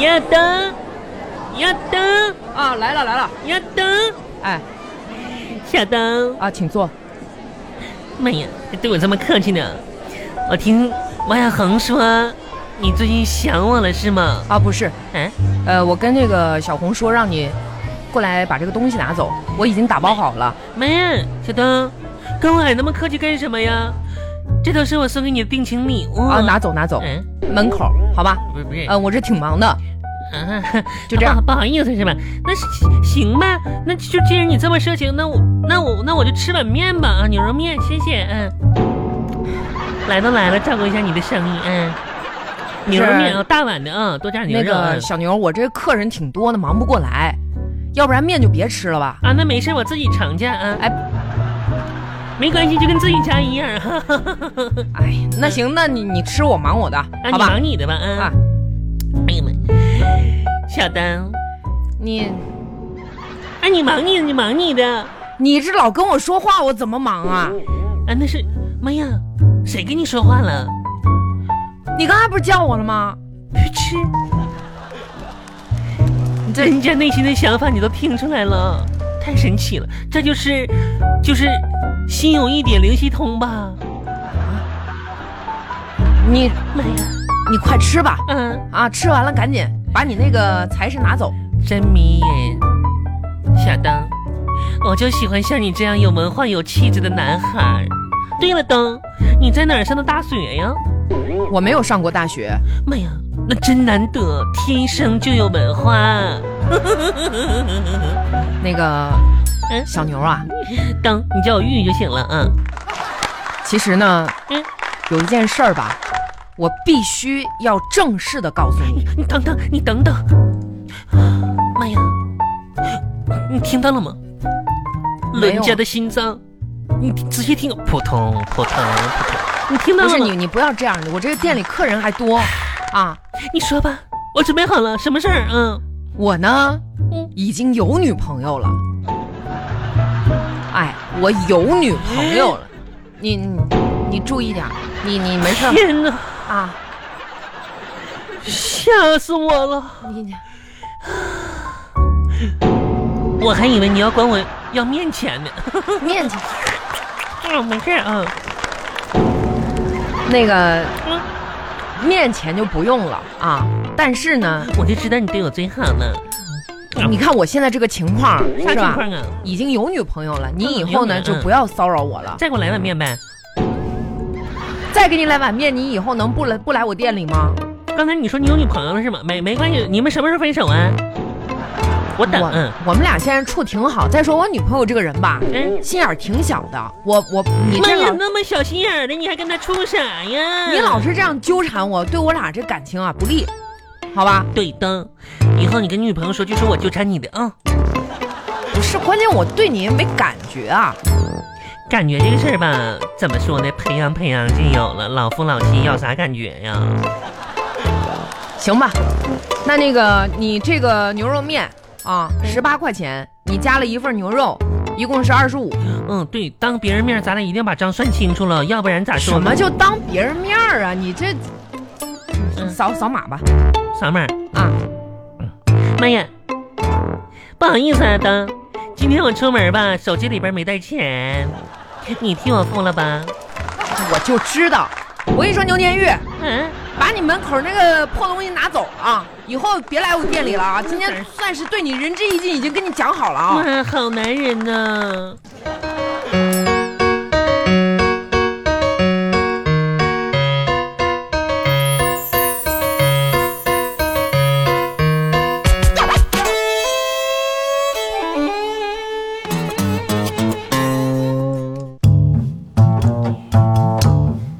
亚当，亚当，啊，来了来了，亚当，哎小当。啊，请坐。妈呀，对我这么客气呢？我听王小恒说，你最近想我了是吗？啊，不是，嗯，呃，我跟这个小红说，让你过来把这个东西拿走，我已经打包好了。妈呀，小灯，跟我喊那么客气干什么呀？这都是我送给你的定情礼物啊，拿走拿走，嗯，门口好吧？不是不是，呃，我这挺忙的，啊， 就这样不好，不好意思是吧？那是行吧，那就既然你这么热情，那我那我那我就吃碗面吧啊，牛肉面，谢谢，嗯。来都来了，照顾一下你的生意，嗯。牛肉面啊，大碗的啊，多加点那牛肉。个嗯小牛，我这客人挺多的，忙不过来，要不然面就别吃了吧。啊，那没事，我自己尝去啊。哎，没关系，就跟自己家一样。啊 哈哈哈哈哈哎，那行，那你你吃我忙我的，啊，嗯你好吧？忙你的吧，嗯。啊，哎呀妈，小丹，你啊，你忙你的，你忙你的。你这老跟我说话，我怎么忙啊？啊，那是，妈呀，谁跟你说话了？你刚才不是叫我了吗？去吃。 你这人家内心的想法你都听出来了，太神奇了，这就是，就是心有一点灵犀通吧。你妈哎呀，你快吃吧，嗯、啊，吃完了赶紧把你那个财神拿走。真迷人，小灯，我就喜欢像你这样有文化、有气质的男孩儿。对了，灯，你在哪儿上的大学呀？我没有上过大学，妈哎呀，那真难得，天生就有文化。那个嗯小牛啊，灯，你叫我玉玉就行了啊。其实呢嗯，有一件事儿吧，我必须要正式的告诉你。你等等，你等等。妈呀，你听到了吗？没有人家的心脏，你仔细听，扑通扑通扑通，你听到不了是吗？你，你不要这样的，我这个店里客人还多啊。你说吧，我准备好了，什么事儿？嗯。我呢嗯，已经有女朋友了。哎，我有女朋友了，你你你注意点儿，你你没 事儿天哪，啊，吓死我了！你你我还以为你要管我要面钱呢。面去。啊，没事啊。那个嗯面钱就不用了啊，但是呢，我就知道你对我最好了。你看我现在这个情况啥情是吧？况啊？已经有女朋友了，你以后呢嗯就不要骚扰我了。再给我来碗面呗。再给你来碗面，你以后能不来不来我店里吗？刚才你说你有女朋友了是吗？没没关系，你们什么时候分手啊？我等。嗯我我们俩现在处挺好。再说我女朋友这个人吧，嗯。心眼儿挺小的。我我你妈这呀，样，那么小心眼儿的，你还跟他处啥呀？你老是这样纠缠我，对我俩这感情啊不利，好吧？对灯，以后你跟女朋友说，就说我纠缠你的啊、不是，关键我对你也没感觉啊。感觉这个事儿吧，怎么说呢？培养培养就有了，老夫老妻要啥感觉呀？行吧，那那个你这个牛肉面啊，十八块钱，你加了一份牛肉，一共是二十五。嗯，对，当别人面儿咱俩一定要把账算清楚了，要不然咋说什呢么叫当别人面儿啊？你这嗯扫扫码吧傻妹儿？嗯啊！妈呀，不好意思啊，当，今天我出门吧，手机里边没带钱，你替我付了吧？我就知道，我跟你说，牛年月，嗯，把你门口那个破东西拿走啊！以后别来我店里了啊！今天算是对你仁至义尽，已经跟你讲好了啊。哇，好男人呐、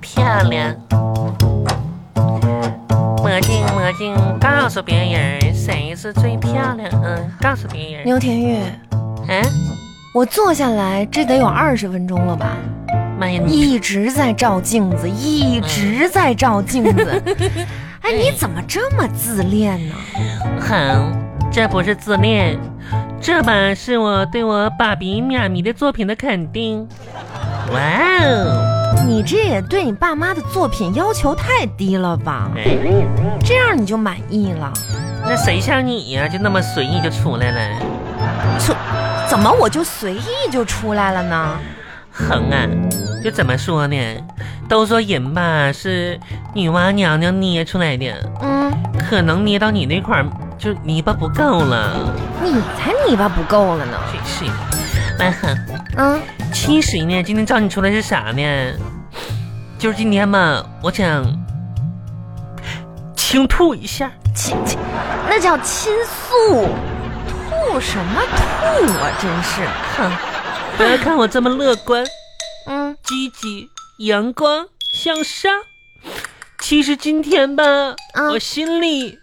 漂亮。魔镜魔镜，告诉别人谁是最漂亮。嗯，告诉别人。牛田玉，嗯，我坐下来，这得有二十分钟了吧？妈呀，你一直在照镜子，一嗯直在照镜 子。哎，你怎么这么自恋呢？好，这不是自恋，这吧是我对我爸比妈咪的作品的肯定。哇哦，你这也对你爸妈的作品要求太低了吧？哎，这样你就满意了？那谁像你呀、就那么随意就出来了？这怎么我就随意就出来了呢？横啊，就怎么说呢？都说人吧是女娲娘娘捏出来的，嗯，可能捏到你那块儿就泥巴不够了。你才泥巴不够了呢。真是， 来横。嗯，其实呢，今天找你出来是啥呢？就是今天吧，我想轻吐一下。亲亲，那叫亲诉，吐什么吐啊？真是，哼，不要看我这么乐观、嗯积极、阳光向上，其实今天吧，嗯我心里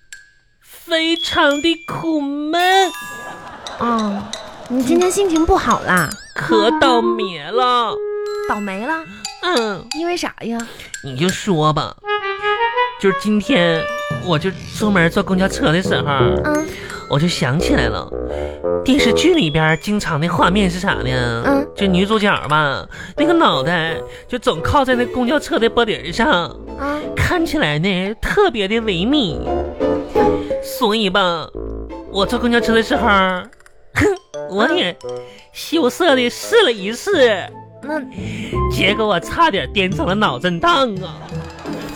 非常的苦闷，哦，你今天心情不好啦？可倒霉了。倒霉了？嗯，因为啥呀？你就说吧，就是今天，我就出门坐公交车的时候。嗯我就想起来了，电视剧里边经常的画面是啥呢？嗯，就女主角吧，那个脑袋就总靠在那公交车的玻璃上，啊，看起来呢特别的唯美。所以吧，我坐公交车的时候，哼，我也羞涩的试了一试，那结果我差点颠成了脑震荡啊！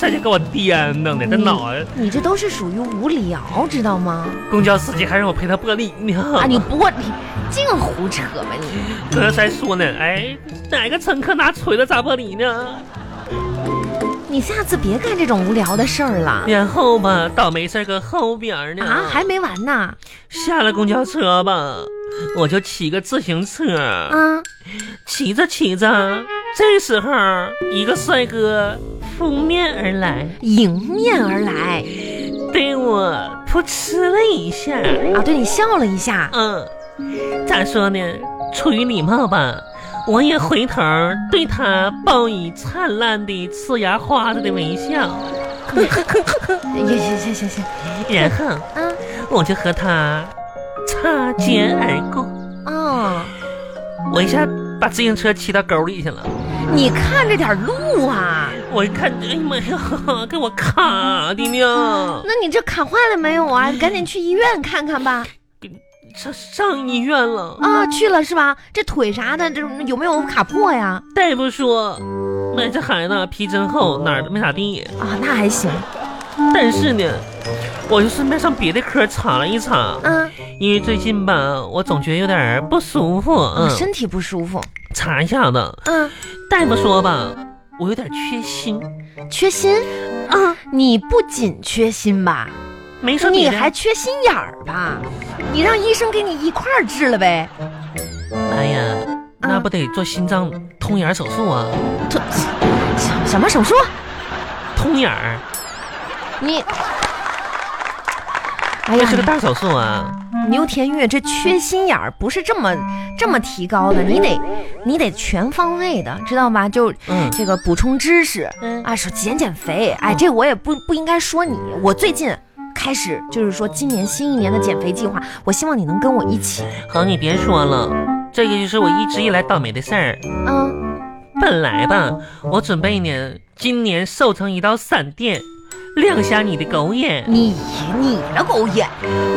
这就给我颠弄的，这脑袋你这都是属于无聊，知道 吗？公交司机还让我陪他玻璃呢。啊，你不过你净胡扯吧你！搁那才说呢，哎，哪个乘客拿锤子砸玻璃呢？你下次别干这种无聊的事儿 了然后吧，倒霉事儿搁后边儿呢。啊！还没完呢下了公交车吧，我就骑个自行车，啊！骑着骑着，这时候一个帅哥扑面而来，迎面而来对我扑哧了一下。啊，对你笑了一下，嗯，咋说呢？出于礼貌吧，我也回头对他报以灿烂的呲牙花子的微笑，也行行行行，然后。啊我就和他擦肩而过，哦，我一下把自行车骑到沟里去了。你看着点路啊！我一看，哎呀妈呀，给我卡的呢！那你这砍坏了没有啊？赶紧去医院看看吧！上上医院了，啊，去了是吧？这腿啥的，这有没有卡破呀？大夫说，妈呀，这孩子皮真厚，哪儿都没咋地。啊，那还行，但是呢，我就顺便上别的科查了一查，嗯，因为最近吧，我总觉得有点儿不舒服，啊嗯，身体不舒服，查一下子。嗯，大夫说吧，我有点缺锌，缺锌啊？你不仅缺锌吧？没说你的还缺心眼儿吧？你让医生给你一块儿治了呗？哎呀，那不得做心脏通眼儿手术啊？这什什么手术？通眼儿，你，哎这呀是，个大手术啊！牛田玉这缺心眼儿不是这么这么提高的，你得你得全方位的，知道吗？就嗯这个补充知识嗯啊，说减减肥，哎，这我也不不应该说你，我最近。开始就是说，今年新一年的减肥计划，我希望你能跟我一起。好，你别说了，这个就是我一直以来倒霉的事儿。嗯，本来吧，我准备呢，今年瘦成一道闪电，亮瞎你的狗眼，你你的狗眼，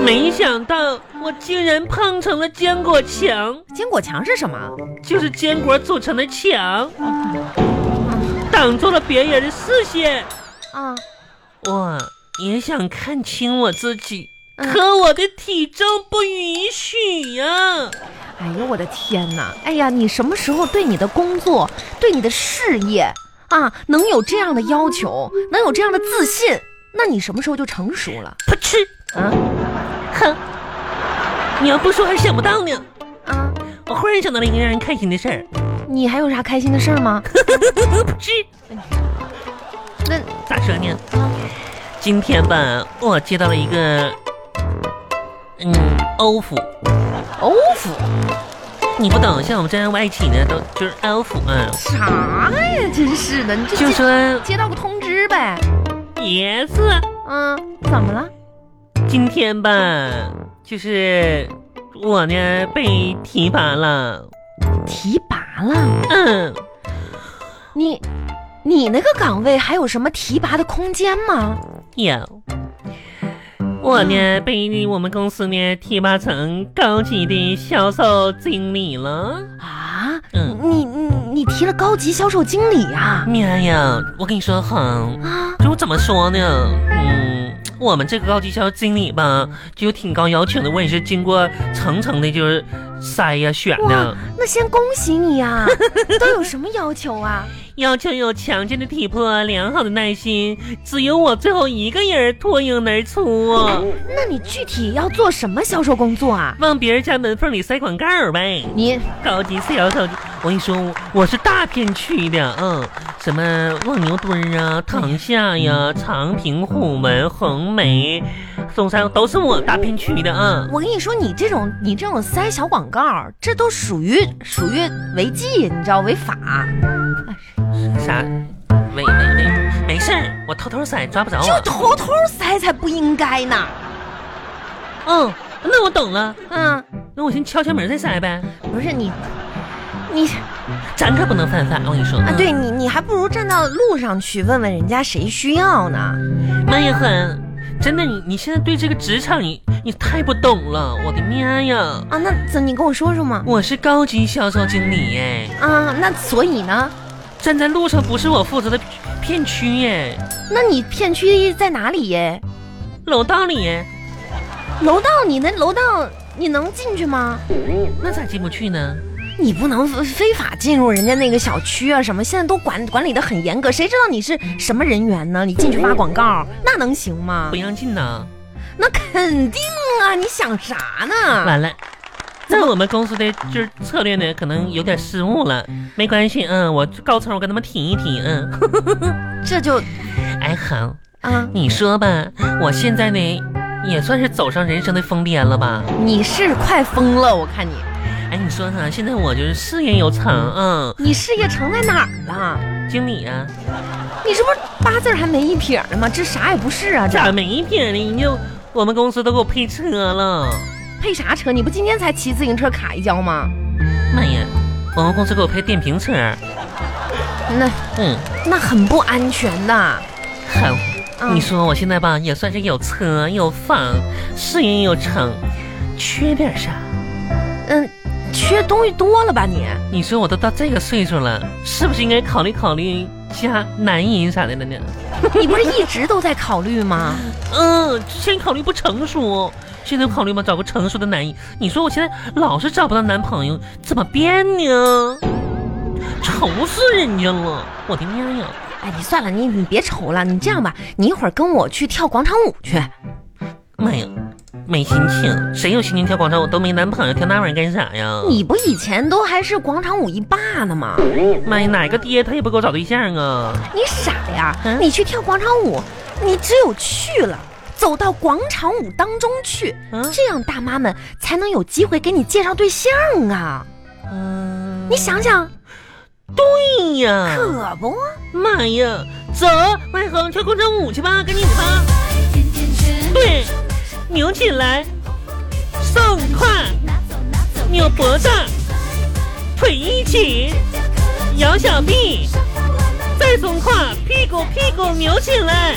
没想到我竟然碰成了坚果墙，坚果强是什么？就是坚果组成的墙，挡住了别人的视线。啊，我也想看清我自己，嗯可我的体重不允许呀、哎呦我的天哪！哎呀，你什么时候对你的工作、对你的事业啊，能有这样的要求，能有这样的自信，那你什么时候就成熟了噗嗤，啊？哼！你要不说还想不到呢。啊，我忽然想到了一个让人开心的事儿，你还有啥开心的事儿吗？ 噗嗤，那啊咋说呢？今天吧，我接到了一个，嗯，offer，欧服你不懂，像我们这样外企呢，都就是 offer，嗯，啥呀？真是的，你这就接说接到个通知呗？ yes，嗯，怎么了？今天吧，就是我呢被提拔了，提拔了？嗯。你你那个岗位还有什么提拔的空间吗？有，我呢被我们公司呢提拔成高级的销售经理了。啊，嗯你你你提了高级销售经理啊？妈呀，我跟你说哈，啊，就怎么说呢？嗯，我们这个高级销售经理吧，就有挺高要求的。我也是经过层层的，就是筛呀、选的哇，那先恭喜你 啊！都有什么要求啊？要求有强健的体魄、良好的耐心。只有我最后一个人脱颖而出啊，那你具体要做什么销售工作啊？往别人家门缝里塞广告呗。你高级四小手，我跟你说，我我是大片区的，嗯，什么望牛墩儿啊、塘下嗯呀、长平、虎门、横梅、嵩山，都是我大片区的，嗯。我跟你说，你这种你这种塞小广告，这都属于属于违纪，你知道违法。啥？没没没，没事儿，我偷偷塞，抓不着就我。偷偷塞才不应该呢。嗯，那我懂了，嗯，那我先敲敲门再塞呗，不是你，你咱可不能犯法，我跟你说。啊，嗯对，你你还不如站到路上去问问人家谁需要呢。妈呀狠，真的，你你现在对这个职场你你太不懂了，我的妈呀！啊，那怎你跟我说说嘛？我是高级销售经理哎。啊，那所以呢？站在路上不是我负责的片区耶，那你片区在哪里耶？楼道里耶，楼道，你那楼道你能进去吗？那咋进不去呢？你不能非非法进入人家那个小区啊什么，现在都管管理的很严格，谁知道你是什么人员呢？你进去发广告，那能行吗不？让进呐！ 那肯定啊！你想啥呢？完了，那我们公司的就是策略呢，可能有点失误了。没关系，嗯，我高层我跟他们提一提，嗯。这就哎，好，啊，你说吧，我现在呢也算是走上人生的疯癫了吧？你是快疯了，我看你，哎，你说哈，现在我就是事业有成，嗯，你事业成在哪儿了？经理啊，你这不是八字儿还没一撇儿呢吗？这啥也不是啊！这咋没一撇呢？你就我们公司都给我配车了。配啥车？你不今天才骑自行车卡一跤吗？妈呀，我们公司给我配电瓶车，那嗯，那很不安全的。好。嗯你说我现在吧，也算是有车有房，事业有成，缺点啥？嗯，缺东西多了吧你？ 你说我都到这个岁数了，是不是应该考虑考虑加男人啥的了呢？你不是一直都在考虑吗？ 嗯，之前考虑不成熟，现在考虑嘛，找个成熟的男人。你说我现在老是找不到男朋友，怎么变呢？愁死人家了，我的妈呀！哎，你算了，你你别愁了，你这样吧，你一会儿跟我去跳广场舞去。嗯妈呀，没心情，谁有心情跳广场舞都没男朋友，跳那玩意儿干啥呀？你不以前都还是广场舞一霸呢吗？妈呀，哪个爹他也不给我找对象啊？你傻呀嗯！你去跳广场舞，你只有去了，走到广场舞当中去，嗯这样大妈们才能有机会给你介绍对象啊！嗯，你想想，对呀，可不。啊妈呀，走，麦恒跳广场舞去吧，赶紧的吧。对，扭起来，送胯，扭脖子，腿一起，摇小臂，再松胯，屁股屁股扭起来，